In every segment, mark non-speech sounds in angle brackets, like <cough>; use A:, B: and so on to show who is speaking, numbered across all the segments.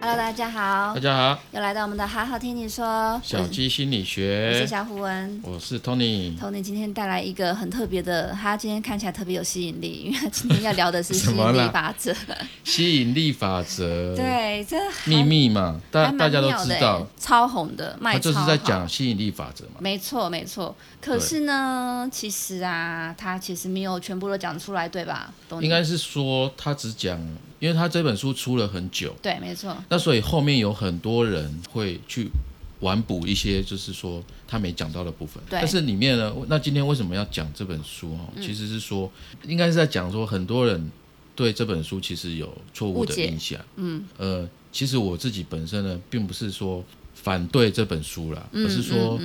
A: Hello，大家好
B: 大，家好，
A: 又来到我们的好好听你说，
B: 呃小
A: 我是
B: 鸡心理
A: 我是
B: 学，
A: 嗯小胡文。
B: 我是 Tony。
A: Tony 今天带来一个很特别的，他今天看起来特别有吸引力，因 <laughs> 为他今天要聊
B: <laughs>
A: 的是吸
B: 怎么
A: 引力
B: 啦
A: 法则。
B: 吸引力法则，
A: 对，这还
B: 秘密嘛，大
A: 还蛮
B: 大家都
A: 妙
B: 知
A: 的
B: 道
A: 欸，，超红的，卖
B: 他就是
A: 超
B: 在
A: 好
B: 讲吸引力法则嘛。
A: 没错，没错。可
B: 对
A: 是呢，其实啊，他其实没有全部都讲出来，对吧？哦懂你
B: 应该是说他只讲，因为他这本书出了很久，
A: 对，没错，
B: 那所以后面有很多人会去完补一些，就是说他没讲到的部分。
A: 对嗯
B: 但是里面呢，那今天为什么要讲这本书哈？其实是说，应该是在讲说很多人对这本书其实有错误
A: 误
B: 的
A: 解
B: 印象。嗯，呃，其实我自己本身呢，并不是说反对这本书啦，
A: 嗯
B: 而是说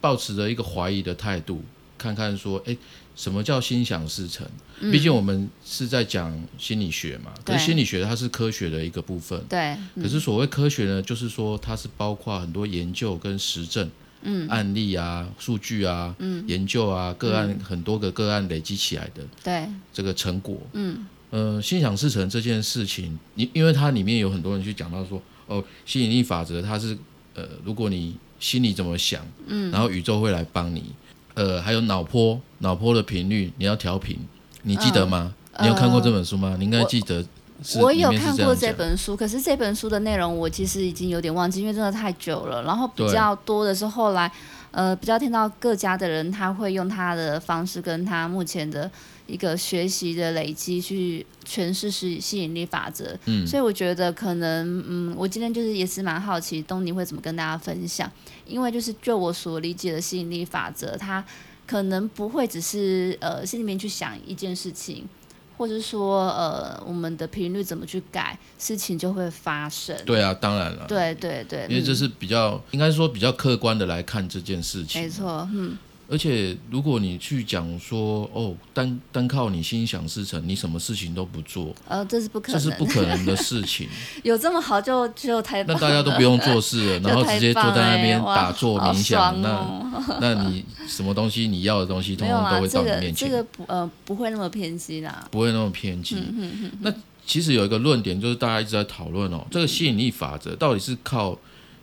B: 抱持着一个怀疑的态度，看看说，哎。什么叫心想事成？毕竟我们是在讲心理学嘛，可
A: 嗯对
B: 是心理学它是科学的一个部分，
A: 对，嗯
B: 可是所谓科学呢，就是说它是包括很多研究跟实证。嗯，案例啊，数据啊，嗯，研究啊，个案、
A: 嗯
B: 很多个个案累积起来的
A: 对，
B: 这个成果，嗯，呃，心想事成这件事情，你因为它里面有很多人去讲到说，哦，吸引力法则它是呃，如果你心里怎么想，嗯，然后宇宙会来帮你，呃，还有脑波，脑波的频率你要调频，你记得吗？你有看过这本书吗？你应该记得
A: 嗯
B: 是。
A: 呃我
B: 里
A: 有
B: 面是
A: 看
B: 这
A: 过
B: 样
A: 这
B: 讲
A: 本书，可是这本书的内容我其实已经有点忘记，因为真的太久了。然后比
B: 对
A: 较多的是后来，呃，比较听到各家的人他会用他的方式跟他目前的一个学习的累积去诠释吸吸引力法则。嗯，所以我觉得可能，嗯，我今天就是也是蛮好奇东尼会怎么跟大家分享，因为就是就我所理解的吸引力法则，它可能不会只是呃心里面去想一件事情。或者说呃我们的频率怎么去改，事情就会发生。
B: 对啊，当然了，
A: 对对对，
B: 因为这
A: 嗯、
B: 是比较应该说比较客观的来看这件事情。
A: 没错，嗯，
B: 而且如果你去讲说哦，单单靠你心想事成，你什么事情都不做，
A: 呃，这是不可
B: 这
A: 能，
B: 是不可能的事情。
A: 有这么好就就太
B: 那大家都不用做事
A: <laughs>
B: 了，
A: 就
B: 然后
A: 太
B: 直接坐
A: 棒
B: 在
A: 了
B: 那边
A: 耶哇
B: 打坐
A: 好
B: 冥
A: 爽
B: 想，那
A: 哦、
B: 那你什么东西你要的东西，
A: <laughs>
B: 通
A: 没有
B: 通
A: 啦
B: 都，会
A: 这
B: 到你
A: 个
B: 面
A: 这
B: 前，
A: 个不呃不会那么偏激啦。
B: 不会那么偏激。那其实有一个论点，就是大家一直在讨论哦，这个吸引力法则到底是靠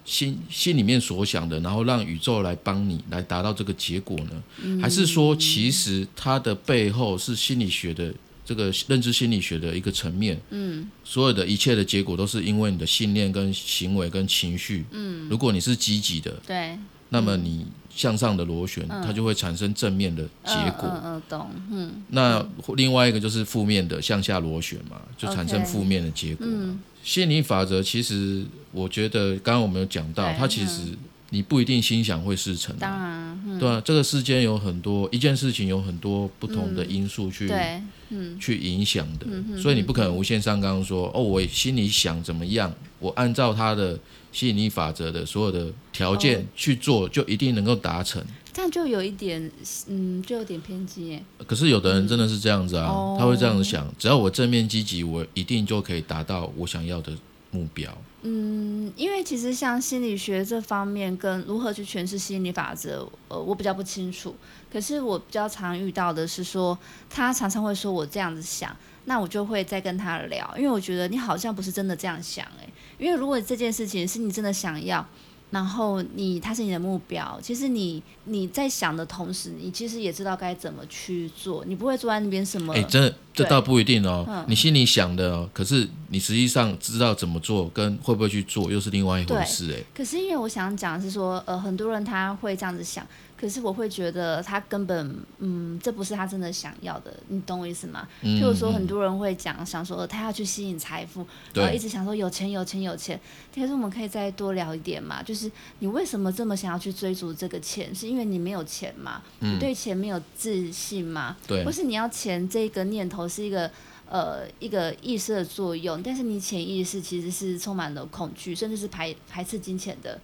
B: 心心里面所想的，然后让宇宙来帮你来达到这个结果呢？
A: 嗯
B: 还是说，其实它的背后是心理学的这个认知心理学的一个层面？嗯，所有的一切的结果都是因为你的信念、跟行为、跟情绪。嗯，如果你是积极的，
A: 对，
B: 那么你向上的螺旋，它就会产生正面的结果。
A: 嗯嗯嗯嗯，懂，嗯，
B: 那另外一个就是负面的向下螺旋嘛，就产生
A: OK 嗯
B: 负面的结果嘛。心理法则其实，我觉得刚刚我们有讲到，
A: 对
B: 它其实你不一定心想会事成、
A: 当
B: 啊，
A: 然，嗯，
B: 对啊，这个世间有很多一件事情有很多不同的因素去、
A: 嗯对，嗯
B: 去影响的，所以你不可能无限上纲说哦，我心里想怎么样，我按照它的吸引力法则的所有的条
A: 哦
B: 件去做，就一定能够达成。
A: 这样就有一点，嗯，就有点偏激耶。
B: 可是有的人真的是这样子啊，
A: 哦
B: 他会这样想，只要我正面积极，我一定就可以达到我想要的目标。
A: 嗯，因为其实像心理学这方面跟如何去诠释吸引力法则，呃，我比较不清楚。可是我比较常遇到的是说，他常常会说我这样子想，那我就会再跟他聊，因为我觉得你好像不是真的这样想、欸，因为如果这件事情是你真的想要。然后你，它是你的目标。其实你你在想的同时，你其实也知道该怎么去做，你不会坐在那边什么。
B: 哎、真的，这
A: 对嗯
B: 倒不一定哦。你心里想的哦，可是你实际上知道怎么做跟会不会去做，又是另外一回事、哎，
A: 可是因为我想讲的是说，呃，很多人他会这样子想，可是我会觉得他根本，嗯，这不是他真的想要的，你懂我意思吗？
B: 嗯
A: 譬如说，很多人会讲想说，呃他要去吸引财富，然后
B: 对
A: 一直想说有钱有钱有钱。可是我们可以再多聊一点嘛，就是你为什么这么想要去追逐这个钱？是因为你没有钱嘛？你对钱没有自信嘛？
B: 对
A: 或，是你要钱这个念头是一个呃一个意识的作用，但是你潜意识其实是充满了恐惧，甚至是排排斥金钱的。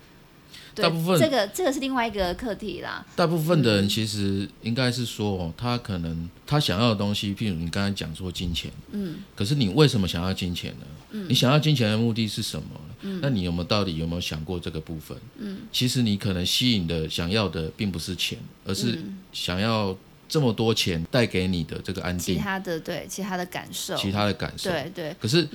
A: 对，
B: 大部分
A: 这个这个是另外一个课题啦。
B: 大部分
A: 嗯
B: 的人其实应该是说、哦，他可能他想要的东西，譬如你刚才讲说金钱，嗯，可是你为什么想要金钱呢？嗯，你想要金钱的目的是什么？嗯，那你有没有到底有没有想过这个部分？嗯，其实你可能吸引的想要的并不是钱，而是
A: 嗯
B: 想要这么多钱带给你的这个安
A: 其
B: 定，
A: 他的对其他的感受，嗯
B: 其他的感受。
A: 对对
B: 可是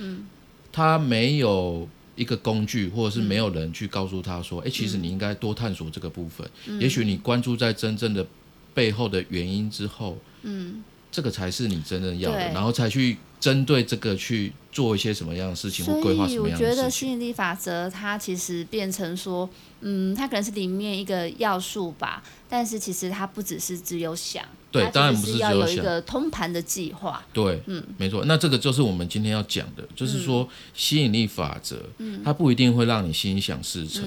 B: 他没有一个工具，或者是没有人去告诉他
A: 嗯
B: 说，哎、其实你应该多探索这个部分。也许你关注在真正的背后的原因之后，
A: 嗯，
B: 这个才是你真正要的，
A: 对
B: 然后才去针对这个去做一些什么样的事情或
A: 所
B: 规划什
A: 以
B: 么
A: 我
B: 样
A: 觉
B: 的
A: 得
B: 事情。
A: 吸引力法则它其实变成说，嗯，它可能是里面一个要素吧，但是其实它不只是只有想，
B: 对
A: 它其实
B: 当然不是
A: 是
B: 只
A: 要
B: 有
A: 有一
B: 想
A: 个通盘的计划。
B: 对，
A: 嗯，
B: 没错。那这个就是我们今天要讲的，就是说吸引力法则，
A: 嗯
B: 它不一定会让你心想事成，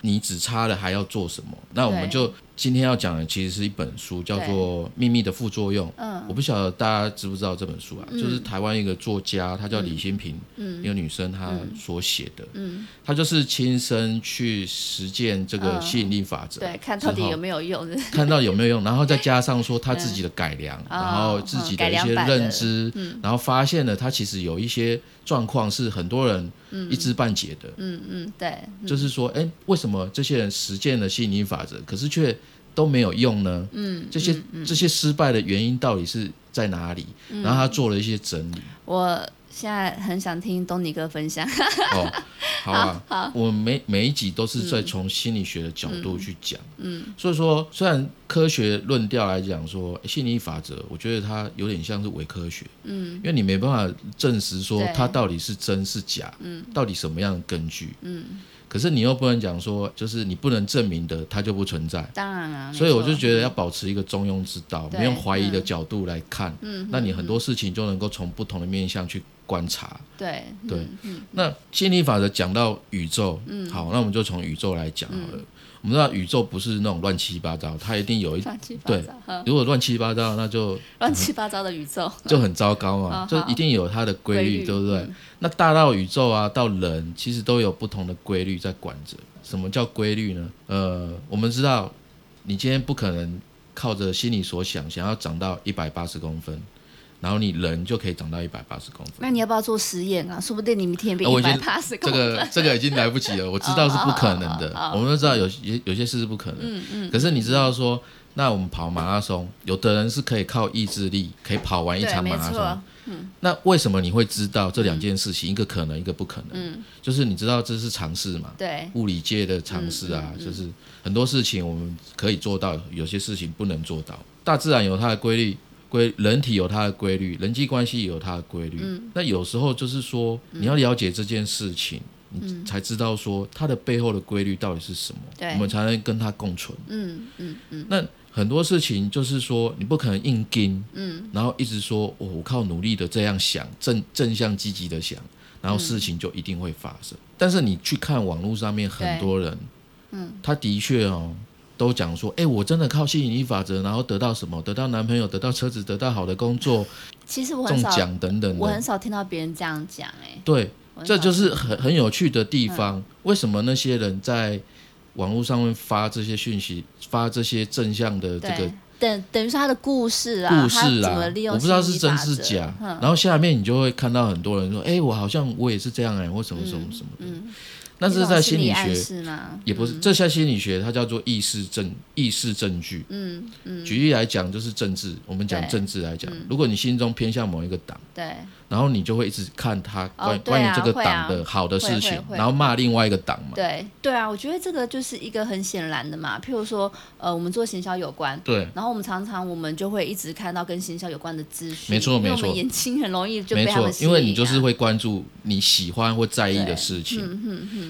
B: 你只差了还要做什么？那我们
A: 对
B: 就今天要讲的其实是一本书，叫做《秘密的副作用》。
A: 嗯
B: 我不晓得大家知不知道这本书啊，就是台湾一个作家，她叫李新平，
A: 嗯
B: 一个女生她所写的，
A: 嗯，
B: 她就是亲身去实践这个
A: 嗯
B: 吸引力法则之后，
A: 对，看到底有没有用的。
B: 看到有没有用，然后再加上说他自己的改良，
A: 嗯
B: 然后自
A: 哦
B: 己的一些认知，然后发现了他其实有一些状况是很多人一知半解的，
A: 嗯嗯，对，
B: 就是说，哎、为什么这些人实践了吸引力法则，可是却都没有用呢？
A: 嗯，嗯
B: 这些、这些失败的原因到底是在哪里？然后他做了一些整理。
A: 我现在很想听东尼哥分 <laughs> 享。
B: 哦，好啊，我每每一集都是在从心理学的角度去讲，嗯，所以说虽然科学论调来讲说诶心理法则，我觉得它有点像是伪科学，嗯，因为你没办法证实说
A: 对
B: 它到底是真是假，嗯，到底什么样的根据，嗯，可是你又不能讲说就是你不能证明的它就不存在，
A: 当然啊，
B: 所以我就
A: 得，
B: 觉得要保持一个中庸之道，
A: 对
B: 没有怀疑的角度来看，嗯，那你很多事情就能够从不同的面向去观察，
A: 对
B: 对
A: 嗯嗯
B: 那吸引力法则讲到宇宙，好，那我们就从宇宙来讲好了。我们知道宇宙不是那种乱七八糟，它一定有一，
A: 乱七八
B: 对
A: 糟，嗯
B: 如果乱七八糟，那就
A: 乱七八糟的宇宙，
B: 就很糟糕嘛，
A: 哦
B: 就一定有它的规律，对不对？那大到宇宙啊，到人，其实都有不同的规律在管着。什么叫规律呢？呃，我们知道，你今天不可能靠着心里所想，想要长到一百八十公分，然后你人就可以长到一百八十公分。
A: <laughs> 那你要不要做实验啊？说不定你明天变
B: 呃我
A: 一
B: 已经
A: 百八十
B: 这
A: 公分。
B: 个这个已经来不及了，我知道是不可能的
A: 哦哦哦哦。
B: 我们都知道有些有些事是不可能，嗯嗯。可是你知道说，那我们跑马拉松，有的人是可以靠意志力可以跑完一
A: 对，
B: 场马
A: 没
B: 拉松
A: 错。，嗯
B: 那为什么你会知道这两件事情，一个可能，一个不可能？嗯，就是你知道这是尝试嘛，
A: 对，嗯
B: 物理界的尝试啊，就是很多事情我们可以做到，有些事情不能做到。大自然有它的规律，规人体有它的规律，人际关系也有它的规律。
A: 嗯
B: 那有时候就是说，你要了解这件事情，你才知道说它的背后的规律到底是什么，
A: 嗯对
B: 我们才能跟它共存。
A: 嗯嗯嗯，
B: 那很多事情就是说，你不可能硬盯，嗯，然后一直说，哦我靠努力的这样想，正正向积极的想，然后事情就一定会发生。
A: 嗯
B: 但是你去看网络上面很多人，嗯，他的确哦。都讲说，哎、我真的靠吸引力法则，然后得到什么？得到男朋友，得到车子，得到好的工作，
A: 其实我
B: 中
A: 很少，
B: 奖等等
A: 我很
B: 的。
A: 少听到别人这样讲，哎，
B: 对，
A: 我很
B: 这
A: 少嗯
B: 就是很很有趣的地方。为什么那些人在网络上面发这些讯息，发这些正向的这个
A: 对，等等于说他的故事啊，
B: 故
A: 他
B: 事
A: 怎
B: 啦
A: 么利，用
B: 我不知道
A: 心
B: 是
A: 理
B: 真
A: 法
B: 是
A: 则
B: 假。
A: 嗯
B: 然后下面你就会看到很多人说：“哎、我好像我也是这样哎、或什么什
A: 嗯
B: 么什么的。那
A: 你
B: 这
A: 懂
B: 在
A: 心
B: 心理
A: 暗
B: 学
A: 示嗯吗？
B: 也不是，这在心理学它叫做意识证意识证据。
A: 嗯，
B: 举例来讲，就是政治，我们讲
A: 对嗯
B: 政治来讲，如果你心中偏向某一个党，
A: 对，
B: 然后你就会一直看他
A: 哦
B: 关、
A: 对
B: 关
A: 啊
B: 于这个
A: 会
B: 党
A: 啊
B: 的好的事
A: 会
B: 情，
A: 会啊
B: 然后骂另外一个党嘛。
A: 对对啊，我觉得这个就是一个很显然的嘛。譬如说，呃，我们做行销有关，
B: 对，
A: 然后我们常常我们就会一直看到跟行销有关的资讯，
B: 没错
A: 因为
B: 没
A: 我们
B: 错
A: 眼睛很容易就
B: 没
A: 被他
B: 错
A: 们，吸
B: 因为你
A: 引
B: 就是
A: 啊
B: 会关注你喜欢或在意的
A: 对嗯
B: 事情，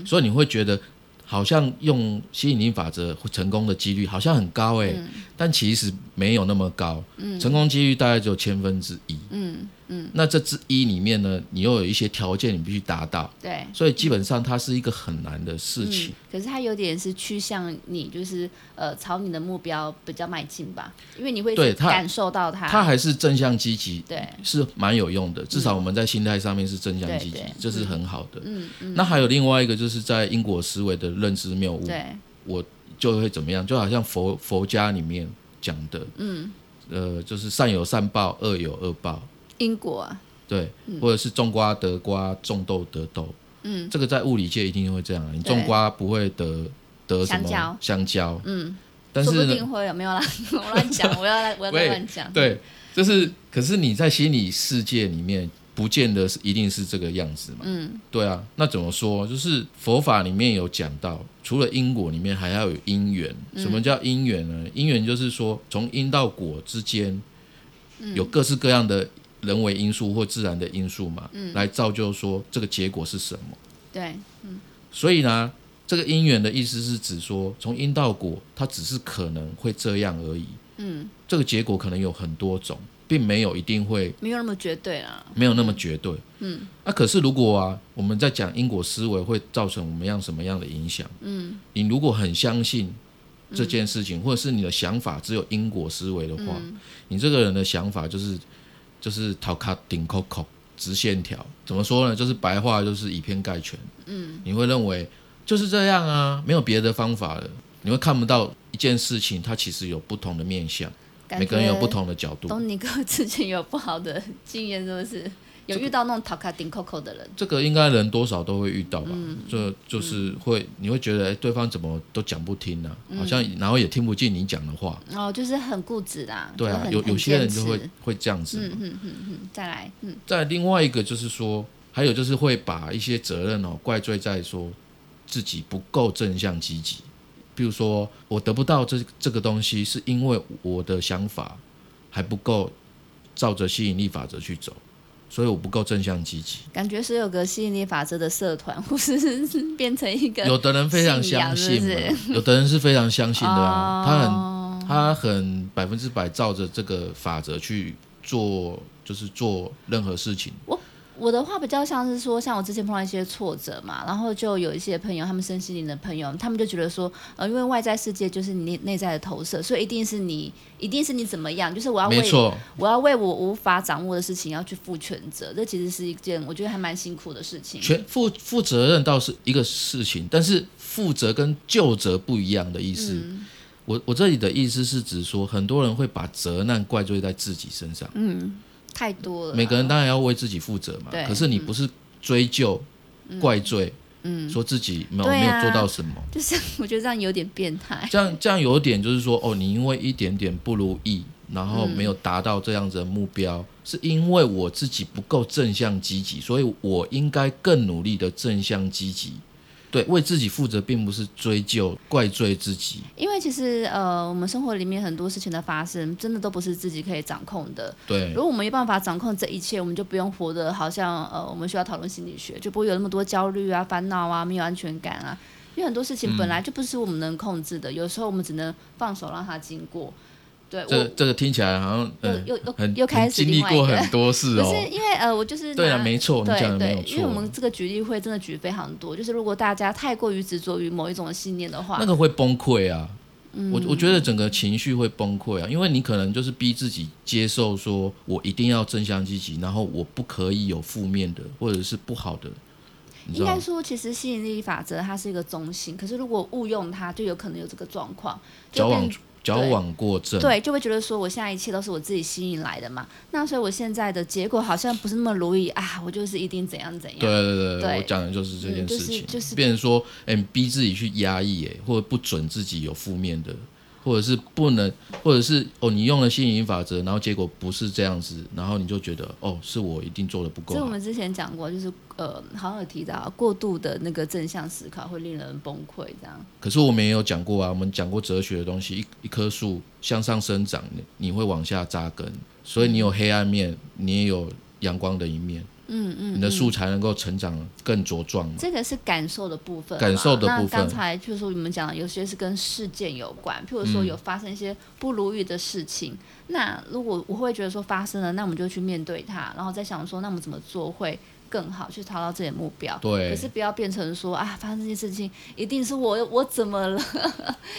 B: 所以你会觉得好像用吸引力法则会成功的几率好像很高哎、
A: 嗯
B: 但其实没有那么高，成功几率大概只有千分之一。
A: 嗯
B: 那这之一里面呢，你又有一些条件你必须达到，
A: 对。
B: 所以基本上它是一个很难的事情。
A: 嗯，可是它有点是趋向你，就是呃，朝你的目标比较迈进吧，因为你会
B: 对它
A: 感受到它，
B: 它还是正向积极，
A: 啊对，嗯
B: 是蛮有用的，至少我们在心态上面是正向积极
A: 对对，
B: 这是很好的。嗯嗯。那还有另外一个，就是在因果思维的认知谬误，
A: 对，
B: 我就会怎么样？就好像佛佛家里面讲的，嗯，呃，就是善有善报，恶有恶报，
A: 因果啊，
B: 对，或者是种瓜得瓜，种豆得豆，
A: 嗯，
B: 这个在物理界一定会这样啊。你
A: 对
B: 种瓜不会得得什
A: 香蕉
B: 么香蕉，
A: 嗯，
B: 但
A: 说
B: 是
A: 不
B: 呢
A: 定会有没有啦， <laughs> 我
B: <laughs>
A: 乱讲，我要来，我要再
B: 喂
A: 乱讲，
B: 对，就是可是你在心理世界里面，不见得是一定是这个样子嘛。嗯，对啊。那怎么说？就是佛法里面有讲到，除了因果里面还要有因缘。什么叫因缘呢？因缘就是说，从因到果之间有各式各样的人为因素或自然的因素嘛，来造就说这个结果是什么。
A: 对，
B: 所以呢，这个因缘的意思是指说，从因到果，它只是可能会这样而已。
A: 嗯，
B: 这个结果可能有很多种，并没有一定会
A: 没有那么绝对啦。
B: 没有那么绝对。嗯，那、可是如果啊，我们在讲因果思维会造成我们样什么样的影响？
A: 嗯，
B: 你如果很相信这件事情，或者是你的想法只有因果思维的话，
A: 嗯
B: 你这个人的想法就是就是讨卡顶扣扣直线条，怎么说呢？就是白话就是以偏概全。
A: 嗯，
B: 你会认为就是这样啊，没有别的方法了。你会看不到一件事情，它其实有不同的面相，
A: 感
B: 每个人有
A: 觉
B: 不同的角度。
A: 东尼哥之前有不好的经验，是不是？有遇到那种讨卡顶扣扣的人，
B: 这个应该人多少都会遇到吧？
A: 嗯
B: 这就是会，你会觉得哎，对方怎么都讲不听呢、
A: 嗯
B: 好像然后也听不进你讲的话。
A: 哦，就是很固执啦。
B: 对
A: 就
B: 啊，
A: 很
B: 有
A: 很
B: 有些人
A: 坚
B: 就会
A: 持
B: 会这样子嘛。
A: 嗯再来，嗯
B: 再另外一个就是说，还有就是会把一些责任哦怪罪在说自己不够正向积极，比如说我得不到这这个东西，是因为我的想法还不够照着吸引力法则去走，所以我不够正向积极。
A: 感觉是有个吸引力法则的社团， <laughs> 或是变成一个
B: 有的人非常相信
A: 信
B: 嘛，
A: 仰
B: 有的人是非常相信的啊，他很
A: 哦
B: 他很百分之百照着这个法则去做，就是做任何事情。
A: 我的话比较像是说，像我之前碰到一些挫折嘛，然后就有一些朋友，他们身心灵的朋友，他们就觉得说，呃，因为外在世界就是你内内在的投射，所以一定是你，一定是你怎么样，就是我要
B: 没
A: 啊为
B: 错，
A: 我要为我无法掌握的事情要去负全责，这其实是一件我觉得还蛮辛苦的事情。
B: 全负负责任倒是一个事情，但是负责跟就责不一样的意思。
A: 嗯
B: 我我这里的意思是指说，很多人会把责难怪罪在自己身上，
A: 嗯太多了啊，
B: 每个人当然要为自己负责嘛
A: 对。嗯
B: 可是你不是追究、怪罪，说自己没有、
A: 对
B: 没
A: 啊
B: 有做到什么。
A: 就是我觉得这样有点变态。
B: <laughs> 这样这样有点就是说，哦，你因为一点点不如意，然后
A: 嗯
B: 没有达到这样子的目标，是因为我自己不够正向积极，所以我应该更努力的正向积极。对，为自己负责，并不是追究、怪罪自己。
A: 因为其实呃，我们生活里面很多事情的发生，真的都不是自己可以掌控的。
B: 对
A: 如，果我们有办法掌控这一切，我们就不用活得好像呃，我们需要讨论心理学，就不会有那么多焦虑啊、烦恼啊、没有安全感啊。因为很多事情本来就不是我们能控制的，有时候我们只能放手让它经过。对，
B: 这这个听起来好像
A: 又
B: 嗯，
A: 又又
B: 很
A: 又开
B: 很
A: 始
B: 经历
A: 另外一
B: 过
A: 个
B: 很多事
A: 我
B: 哦
A: 不。是因为呃，我就是
B: 对啊，
A: 拿
B: 没错，你
A: 对
B: 讲的没有
A: 对，因为我
B: 错
A: 们，这个举例会真的举非常多，就是如果大家太过于执着于某一种信念的话，嗯
B: 那个会崩溃啊。我我觉得整个情绪会崩溃啊，因为你可能就是逼自己接受，说我一定要正向积极，然后我不可以有负面的或者是不好的，你知
A: 应
B: 道
A: 该
B: 吗？
A: 说，其实吸引力法则它是一个中心，可是如果误用它，就有可能有这个状况，就
B: 矫
A: 变
B: 枉矫枉过正，
A: 对，就会觉得说我现在一切都是我自己吸引来的嘛，那所以我现在的结果好像不是那么如意啊，我就是一定怎样怎样。
B: 对对对
A: 对
B: 我讲的就是这件
A: 嗯就
B: 事
A: 是
B: 情，
A: 就是
B: 变成说，哎、你逼自己去压抑、哎，或者不准自己有负面的，或者是不能，或者是哦，你用了吸引力法则，然后结果不是这样子，然后你就觉得哦，是我一定做的不够
A: 这我
B: 好，
A: 们之前讲过，就是呃，好像有提到过度的那个正向思考会令人崩溃，这样。
B: 可是我们也有讲过啊，我们讲过哲学的东西，一一棵树向上生长，你你会往下扎根，所以你有黑暗面，你也有阳光的一面，
A: 嗯嗯，
B: 你的树才能够成长更茁壮嘛。
A: 这个是感受的部分嘛，
B: 感受的部分
A: 那刚才譬如说你们讲的，有些是跟事件有关，譬如
B: 嗯
A: 说有发生一些不如意的事情，那如果我会觉得说发生了，那我们就去面对它，然后再想说，那我们怎么做会更好，去达到自己的目标。可
B: 对
A: 是不要变成说啊，发生这件事情一定是我 <laughs> 我怎么了，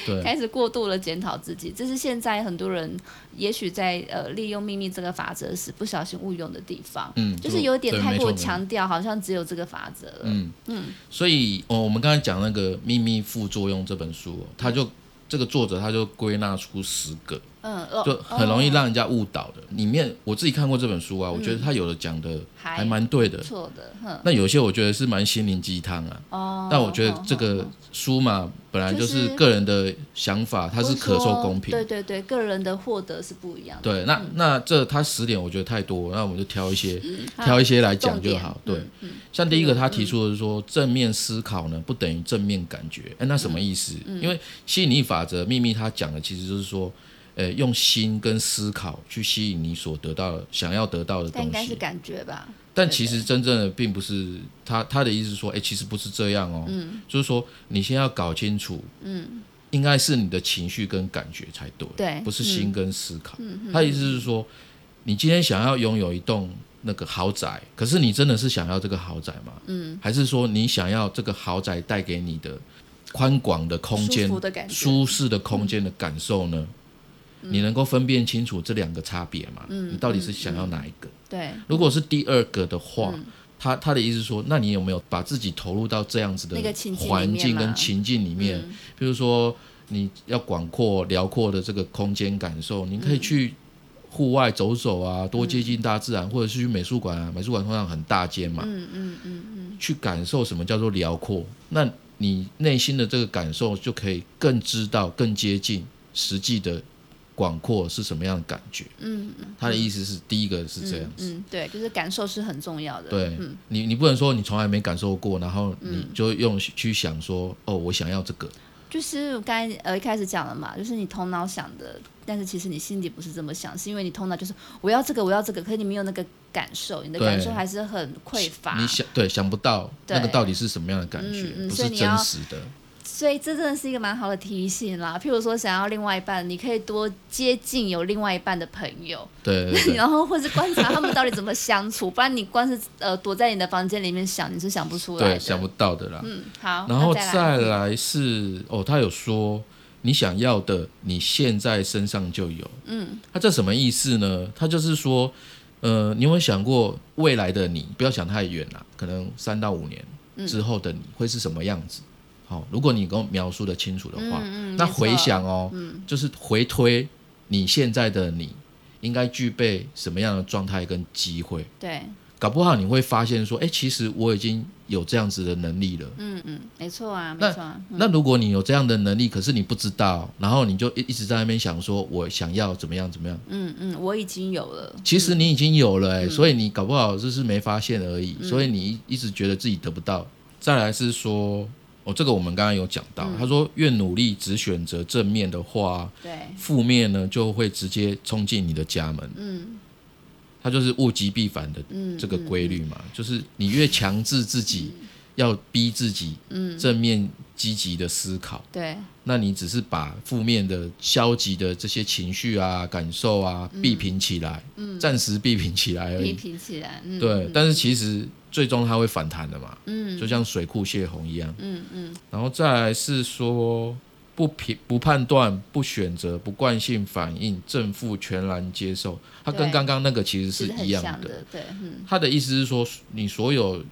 B: 对，
A: 开始过度的检讨自己，这是现在很多人也许在呃利用秘密这个法则时不小心误用的地方，
B: 嗯
A: 就是有点
B: 对
A: 太
B: 没错
A: 过
B: 没错
A: 强调，好像只有这个法则了。
B: 嗯所以哦，我们刚才讲那个《秘密副作用》这本书、哦，它就这个作者他就归纳出十个
A: 嗯，哦
B: 就很容易
A: 哦
B: 让人家误导的。里面我自己看过这本书啊，我觉得他有的讲的
A: 嗯还
B: 还蛮对的
A: 不，错的，哼，
B: 那有些我觉得是蛮心灵鸡汤啊。
A: 哦，
B: 但我觉得
A: 哼
B: 这个书嘛，本来就是个人的想法，它是可受公平
A: 对。嗯对对，个人的获得是不一样的。
B: 对，那那这它十点我觉得太多，那我们就挑一些
A: 嗯好
B: 挑一些来讲
A: 重点嗯
B: 就好。对，像第一个他提出的是说，正面思考呢不等于正面感觉。哎，那什
A: 嗯
B: 么意思？因为吸引力法则秘密它讲的其实就是说，呃，用心跟思考去吸引你所得到的想要得到的
A: 但
B: 东
A: 应该是
B: 西。
A: 感觉吧。
B: 但其实真正的并不是他他的意思是说，哎、其实不是这样哦，
A: 嗯
B: 就是说你先要搞清楚，嗯，应该是你的情绪跟感觉才对，
A: 对嗯
B: 不是心跟思考。他的意思是说，你今天想要拥有一栋那个豪宅，可是你真的是想要这个豪宅吗？嗯，还是说你想要这个豪宅带给你的宽广的空间
A: 舒服的感、觉嗯
B: 舒适的空间的感受呢？你能够分辨清楚这两个差别吗？你到底是想
A: 嗯
B: 要哪一个？
A: 对，
B: 如果是第二个的话，
A: 嗯
B: 他他的意思是说，那你有没有把自己投入到这样子的
A: 那个情境里面嗯
B: 环境
A: 嘛
B: 跟情境里面？比如说，你要广阔辽阔的这个空间感受，你
A: 嗯
B: 可以去户外走走啊，多接近大自然，或者是去美术馆啊，美术馆通常很大间嘛，
A: 嗯嗯嗯嗯，
B: 去感受什么叫做辽阔。那你内心的这个感受就可以更知道、更接近实际的广阔是什么样的感觉。
A: 嗯，
B: 他的意思是，第一个是这样子。
A: 嗯，对，就是感受是很重要的。
B: 对、
A: 嗯，
B: 你，你不能说你从来没感受过，然后你就用去想说，哦，我想要这个，
A: 就是我刚才呃一开始讲了嘛，就是你头脑想的，但是其实你心里不是这么想，是因为你头脑就是我要这个，我要这个，可是你没有那个感受，你的
B: 对
A: 感受还是很匮乏。
B: 你想对想不到
A: 对
B: 那个到底是什么样的感觉，
A: 嗯嗯
B: 不
A: 所以
B: 是
A: 你
B: 真
A: 要
B: 实的，
A: 所以这真的是一个蛮好的提醒啦。譬如说，想要另外一半，你可以多接近有另外一半的朋友，
B: 对
A: <laughs>
B: 对对
A: 然后或是观察他们到底怎么相处，不然你光是呃躲在你的房间里面想，你是想不出来的。
B: 对，想不到的啦。
A: 嗯，好，
B: 然后
A: 那来
B: 再
A: 嗯
B: 来是哦，他有说你想要的，你现在身上就有。嗯，他这什么意思呢？他就是说，呃，你有没有想过未来的你？不要想太远啦，可能三到五
A: 嗯
B: 年之后的你会是什么样子？好、如果你跟我描述的清楚的话，
A: 嗯嗯
B: 那
A: 没错嗯
B: 回想哦，就是回推你现在的你应该具备什么样的状态跟机会。
A: 对，
B: 搞不好你会发现说，哎，其实我已经有这样子的能力了。
A: 嗯嗯，没错啊，
B: 那
A: 没错啊。
B: 那如果你有这样的能力，可是你不知道，然后你就一一直在那边想说，我想要怎么样怎么样，
A: 嗯嗯，我已经有了。
B: 其实你已经有了、欸，所以你搞不好就是没发现而
A: 嗯
B: 已，所以你一一直觉得自己得不到。再来是说，哦，这个我们刚刚有讲
A: 嗯
B: 到，他说越努力只选择正面的话，
A: 对，
B: 负面呢就会直接冲进你的家门。嗯，它就是物极必反的
A: 嗯，
B: 这个规律嘛，就是你越强制自己，要逼自己，嗯，正面积极的思考。
A: 对，
B: 那你只是把负面的、消极的这些情绪啊、感受啊，
A: 嗯
B: 避平起来，暂时避平起来而
A: 批
B: 已。
A: 评起来，嗯，
B: 对，但是其实最终它会反弹的嘛，
A: 嗯
B: 就像水库泄洪一样。
A: 嗯嗯，
B: 然后再来是说不评、不判断、不选择、不惯性反应、正负全然接受，它跟
A: 对
B: 刚刚那个其实
A: 其
B: 是
A: 实很
B: 一样
A: 像
B: 的。
A: 的，对，嗯，
B: 他的意思是说，你所有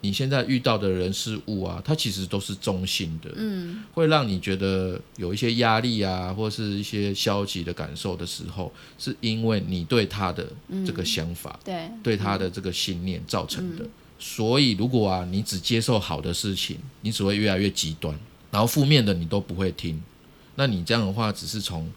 B: 你现在遇到的人事物啊，它其实都是中性的，嗯，会让你觉得有一些压力啊，或是一些消极的感受的时候，是因为你对他的这个想法、
A: 对，
B: 对他的这个信念造成的。所以，如果啊，你只接受好的事情，你只会越来越极端，然后负面的你都不会听。那你这样的话，只是从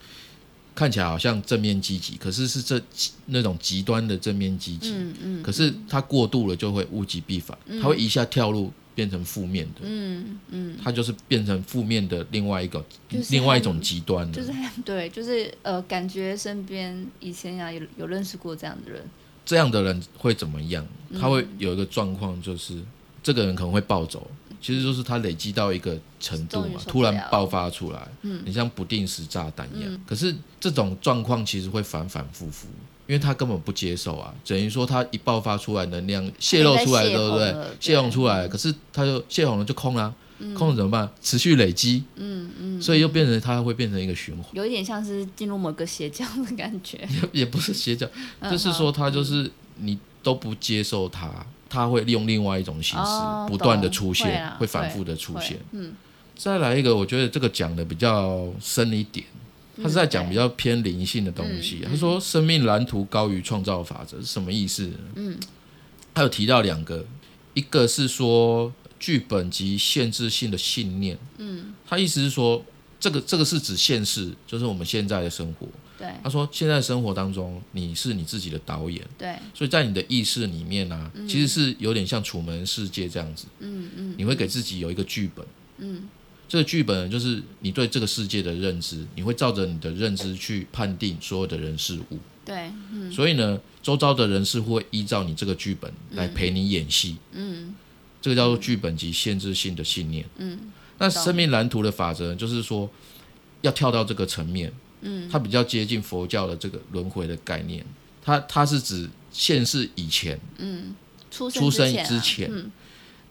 B: 看起来好像正面积极，可是是这那种极端的正面积极，
A: 嗯嗯
B: 可是它过度了就会物极必反，它会一下跳入变成负面的，
A: 嗯嗯，
B: 它就是变成负面的另外一个、
A: 就是
B: 另外一种极端了。
A: 就是嗯对，就是呃，感觉身边以前啊有有认识过这样的人，
B: 这样的人会怎么样？
A: 嗯
B: 他会有一个状况，就是、这个人可能会暴走，其实就是他累积到一个程度
A: 终于
B: 嘛，
A: 受不
B: 突
A: 了
B: 然爆发出来，嗯，你像不定时炸弹一
A: 嗯
B: 样。可是这种状况其实会反反复复，因为他根本不接受啊，等于说他一爆发出来，能量泄露出来，
A: 被泄
B: 对
A: 洪
B: 不对
A: 了？
B: 泄洪出来，可是他就泄洪了就空啦、空了怎么办？持续累积，嗯嗯，所以又变成他会变成一个循环。
A: 有一点像是进入某个邪教的感觉， <laughs>
B: 也不是邪教，
A: 嗯
B: 就是说他就是你都不接受他，他会用另外一种形式
A: 哦
B: 不断的
A: 懂
B: 出
A: 会
B: 现，
A: 啦
B: 会反复的出现
A: 会。嗯
B: 再来一个，我觉得这个讲的比较深一点，他是在
A: 嗯
B: 讲比较偏灵性的东西。啊他说生命蓝图高于创造法则是什么意思？嗯，他有提到两个，一个是说剧本及限制性的信念。嗯，他意思是说这个这个是指现实，就是我们现在的生活。
A: 对，
B: 他说现在生活当中你是你自己的导演，
A: 对，
B: 所以在你的意识里面呢、啊，其实是有点像《楚门世界》这样子。嗯嗯，你会给自己有一个剧本。嗯。这个剧本就是你对这个世界的认知，你会照着你的认知去判定所有的人事物。
A: 对，嗯，
B: 所以呢，周遭的人事物会依照你这个剧本来陪你演戏。嗯，这个叫做剧本及限制性的信念。嗯，那生命蓝图的法则就是说，要跳到这个层面。嗯，它比较接近佛教的这个轮回的概念。它它是指现世以前，
A: 嗯，出
B: 出生之
A: 前、
B: 啊。嗯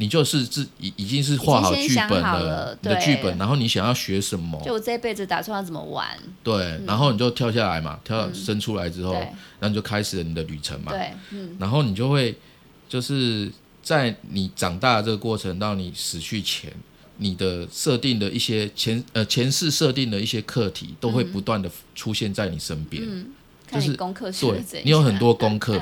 B: 你就是自已已经是画好剧本
A: 了，
B: 你的剧本，然后你想要学什么？
A: 就我这辈子打算要怎么玩？
B: 对，嗯、然后你就跳下来嘛，跳生出来之后，嗯、然后你就开始了你的旅程嘛。
A: 对，嗯。
B: 然后你就会就是在你长大的这个过程到你死去前，你的设定的一些前呃前世设定的一些课题都会不断的出现在你身边。
A: 嗯，就是功课
B: 对，你有很多功课。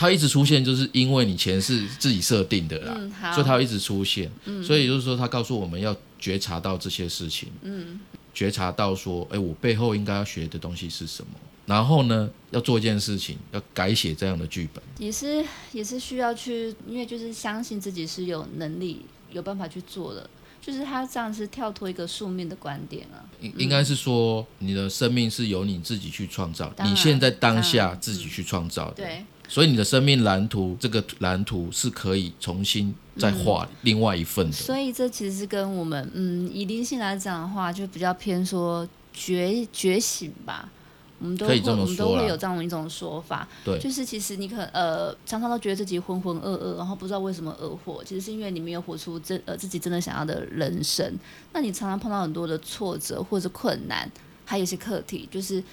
B: 它一直出现，就是因为你前世自己设定的啦，
A: 嗯、啊
B: 所以它一直出现。嗯、所以就是说，它告诉我们要觉察到这些事情，嗯、觉察到说，哎、欸，我背后应该要学的东西是什么。然后呢，要做一件事情，要改写这样的剧本，
A: 也是也是需要去，因为就是相信自己是有能力、有办法去做的。就是他这样是跳脱一个宿命的观点啊，
B: 应应该是说，你的生命是由你自己去创造，你现在当嗯下自己去创造的。
A: 对。
B: 所以你的生命蓝图，这个蓝图是可以重新再画另外一份的。嗯、
A: 所以这其实是跟我们，嗯，以灵性来讲的话，就比较偏说觉觉醒吧。我们都会，我们都会有这样一种说法。
B: 对，
A: 就是其实你可呃常常都觉得自己浑浑噩噩，然后不知道为什么而活，其实是因为你没有活出真呃自己真的想要的人生。那你常常碰到很多的挫折或者困难，还有一些课题，就是。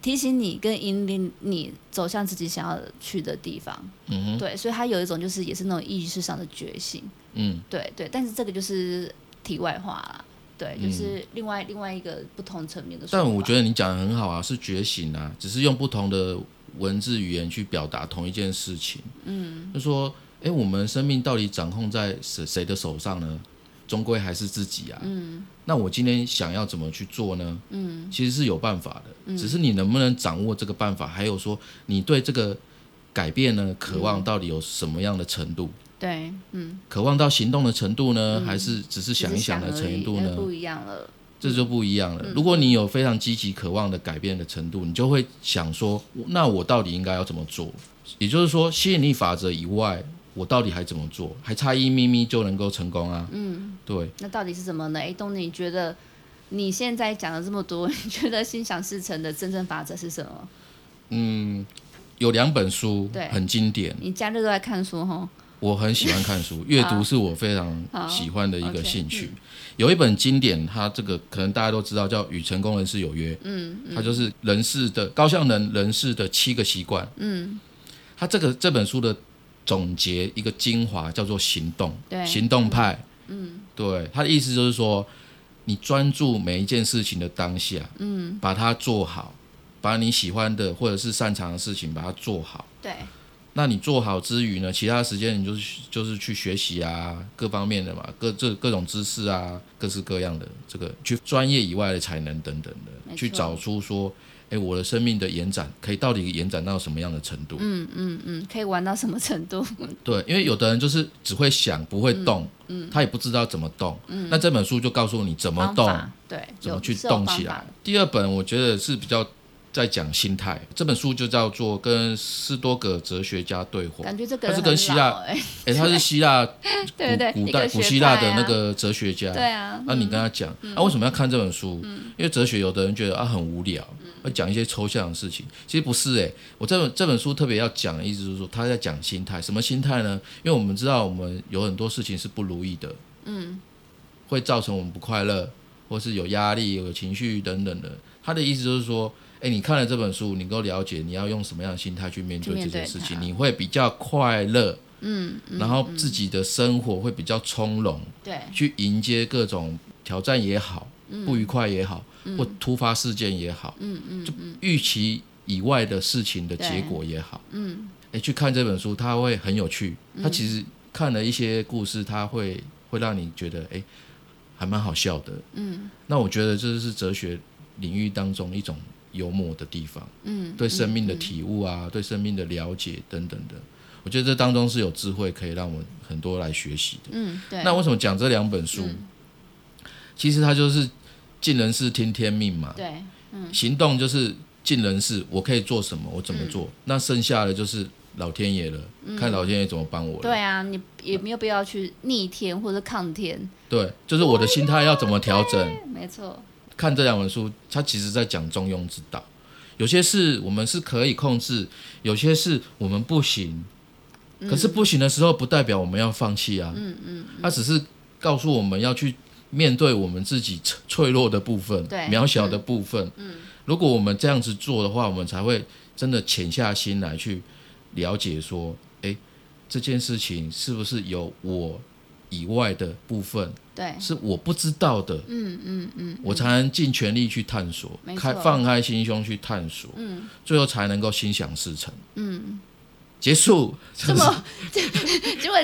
A: 提醒你跟引领你走向自己想要去的地方，
B: 嗯，
A: 对，所以它有一种就是也是那种意识上的觉醒，
B: 嗯，
A: 对对，但是这个就是题外话啦，对，嗯、就是另外另外一个不同层面的。
B: 但我觉得你讲的很好啊，是觉醒啊，只是用不同的文字语言去表达同一件事情，
A: 嗯，
B: 就说，哎，我们生命到底掌控在谁谁的手上呢？终归还是自己啊。
A: 嗯。
B: 那我今天想要怎么去做呢？
A: 嗯，
B: 其实是有办法的，
A: 嗯、
B: 只是你能不能掌握这个办法，还有说你对这个改变呢，渴望到底有什么样的程度？
A: 对，嗯。
B: 渴望到行动的程度呢，嗯、还是只是想一
A: 想呃
B: 的程度呢？
A: 不一样了，
B: 这就不一样了。嗯、如果你有非常积极渴望的改变的程度，你就会想说，那我到底应该要怎么做？也就是说，吸引力法则以外。我到底还怎么做？还差一咪咪就能够成功啊！
A: 嗯，
B: 对。
A: 那到底是怎么呢？哎，东，你觉得你现在讲了这么多， <laughs> 你觉得心想事成的真正法则是什么？
B: 嗯，有两本书，
A: 对，
B: 很经典。
A: 你假日都在看书哈？
B: 我很喜欢看书，阅
A: 啊
B: 读是我非常喜欢的一个兴趣。
A: 嗯
B: 有一本经典，它这个可能大家都知道，叫《与成功人士有约》。
A: 嗯，嗯
B: 它就是人士的高效能人士的七个习惯。
A: 嗯，
B: 它这个这本书的。总结一个精华叫做行动，
A: 对，
B: 行动派，
A: 嗯，
B: 对，他的意思就是说，你专注每一件事情的当下，
A: 嗯，
B: 把它做好，把你喜欢的或者是擅长的事情把它做好，
A: 对。
B: 那你做好之余呢，其他时间你就是就是去学习啊，各方面的嘛，各这各种知识啊，各式各样的这个去专业以外的才能等等的，去找出说。哎，我的生命的延展可以到底延展到什么样的程度？
A: 嗯嗯嗯，可以玩到什么程度？
B: 对，因为有的人就是只会想不会动，
A: 嗯，嗯
B: 他也不知道怎么动。
A: 嗯，
B: 那这本书就告诉你怎么动，
A: 对，
B: 怎么去动起来。第二本我觉得是比较在讲心态，这本书就叫做《跟斯多葛哲学家对话》，
A: 感觉这个、
B: 欸、他是跟希腊，
A: 哎、
B: 欸，他是希腊
A: <laughs> 对对
B: 古代古希腊的那个哲学家，
A: 啊对啊。
B: 那、啊、你跟他讲，那、嗯啊、为什么要看这本书？
A: 嗯、
B: 因为哲学有的人觉得啊很无聊。会讲一些抽象的事情，其实不是诶、欸，我这本这本书特别要讲的意思就是说，他在讲心态，什么心态呢？因为我们知道我们有很多事情是不如意的，
A: 嗯，
B: 会造成我们不快乐，或是有压力、有情绪等等的。他的意思就是说，哎、欸，你看了这本书，你能够了解你要用什么样的心态去面对这件事情，你会比较快乐，
A: 嗯，嗯
B: 然后自己的生活会比较从容，
A: 对，
B: 去迎接各种挑战也好。不愉快也好，或突发事件也好，嗯嗯，就预期以外的事情的结果也好，嗯，哎，去看这本书，它会很有趣。它其实看了一些故事，它会会让你觉得，哎，还蛮好笑的，嗯。那我觉得这是哲学领域当中一种幽默的地方，嗯，对生命的体悟啊，对生命的了解等等的，我觉得这当中是有智慧可以让我们很多来学习的。
A: 嗯，对，
B: 那为什么讲这两本书？其实它就是尽人事听天命嘛。
A: 对，
B: 行动就是尽人事，我可以做什么，我怎么做。那剩下的就是老天爷了，看老天爷怎么帮我了。
A: 对啊，你也没有必要去逆天或者抗天，
B: 对，就是我的心态要怎么调整。
A: 没错，
B: 看这两本书，它其实在讲中庸之道。有些事我们是可以控制，有些事我们不行。可是不行的时候，不代表我们要放弃啊。嗯嗯，它只是告诉我们要去面对我们自己脆脆弱的部分、
A: 对
B: 渺小的部分。嗯，如果我们这样子做的话，我们才会真的潜下心来去了解说，诶，这件事情是不是有我以外的部分 <laughs>
A: 对，
B: 是我不知道的，嗯嗯嗯，我才能尽全力去探索
A: 没，错
B: 开放开心胸去探索，嗯，最后才能够心想事成，嗯，结束，
A: 这么结果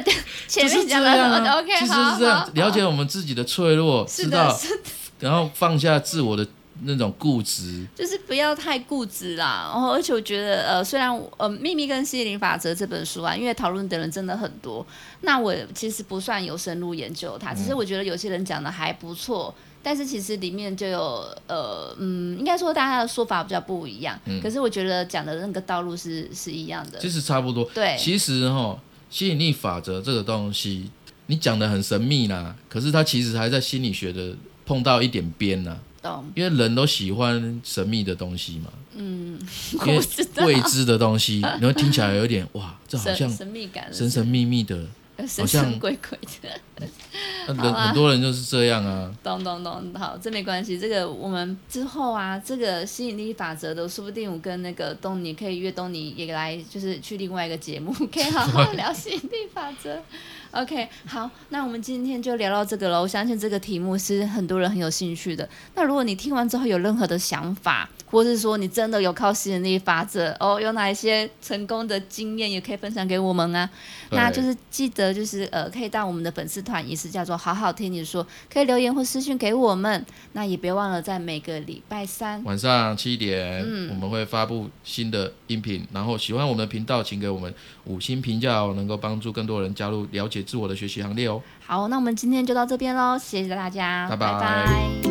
A: 前
B: 就是
A: 面
B: 这
A: 讲了什
B: 样
A: 么都
B: 啊，
A: OK，
B: 其实
A: 好
B: 是这样
A: 好，
B: 了解我们自己的脆弱，
A: 是
B: 知
A: 的，
B: 道，
A: 是的，
B: 然后放下自我的那种固执，
A: 就是不要太固执啦。然后，而且我觉得，呃，虽然我呃《秘密跟吸引力法则》这本书啊，因为讨论的人真的很多，那我其实不算有深入研究它，只
B: 嗯
A: 是我觉得有些人讲的还不错。但是其实里面就有呃嗯，应该说大家的说法比较不一样，可是我觉得讲的那个道路是是一样的
B: 嗯其。实差不多。
A: 对
B: 其实哈，吸引力法则这个东西，你讲的很神秘啦，可是它其实还在心理学的碰到一点边呐、
A: 懂？
B: 因为人都喜欢神秘的东西嘛，因
A: <laughs> 我
B: 为
A: 知道
B: 未知的东 <laughs> 西，然后听起来有点哇，这好像
A: 神神秘感，
B: 神神秘秘的。
A: 呃神
B: 像
A: 神鬼鬼的。
B: 那人很多人就是这样啊，
A: 懂懂懂，好，这没关系。这个我们之后啊，这个吸引力法则的，说不定我跟那个东尼可以约东尼也来，就是去另外一个节目， <laughs> 可以好好聊吸引力法则。OK，好，那我们今天就聊到这个了。我相信这个题目是很多人很有兴趣的。那如果你听完之后有任何的想法，或是说你真的有靠吸引力法则哦，有哪一些成功的经验，也可以分享给我们啊。
B: 对
A: 那就是记得就是呃，可以到我们的粉丝团，也是叫做好好听你说，可以留言或私信给我们。那也别忘了在每个礼拜三，
B: 晚上七点、我们会发布新的音频，然后喜欢我们的频道，请给我们五星评价哦，能够帮助更多人加入了解自我的学习行列哦。
A: 好，那我们今天就到这边喽，谢谢大家，
B: 拜拜
A: 拜拜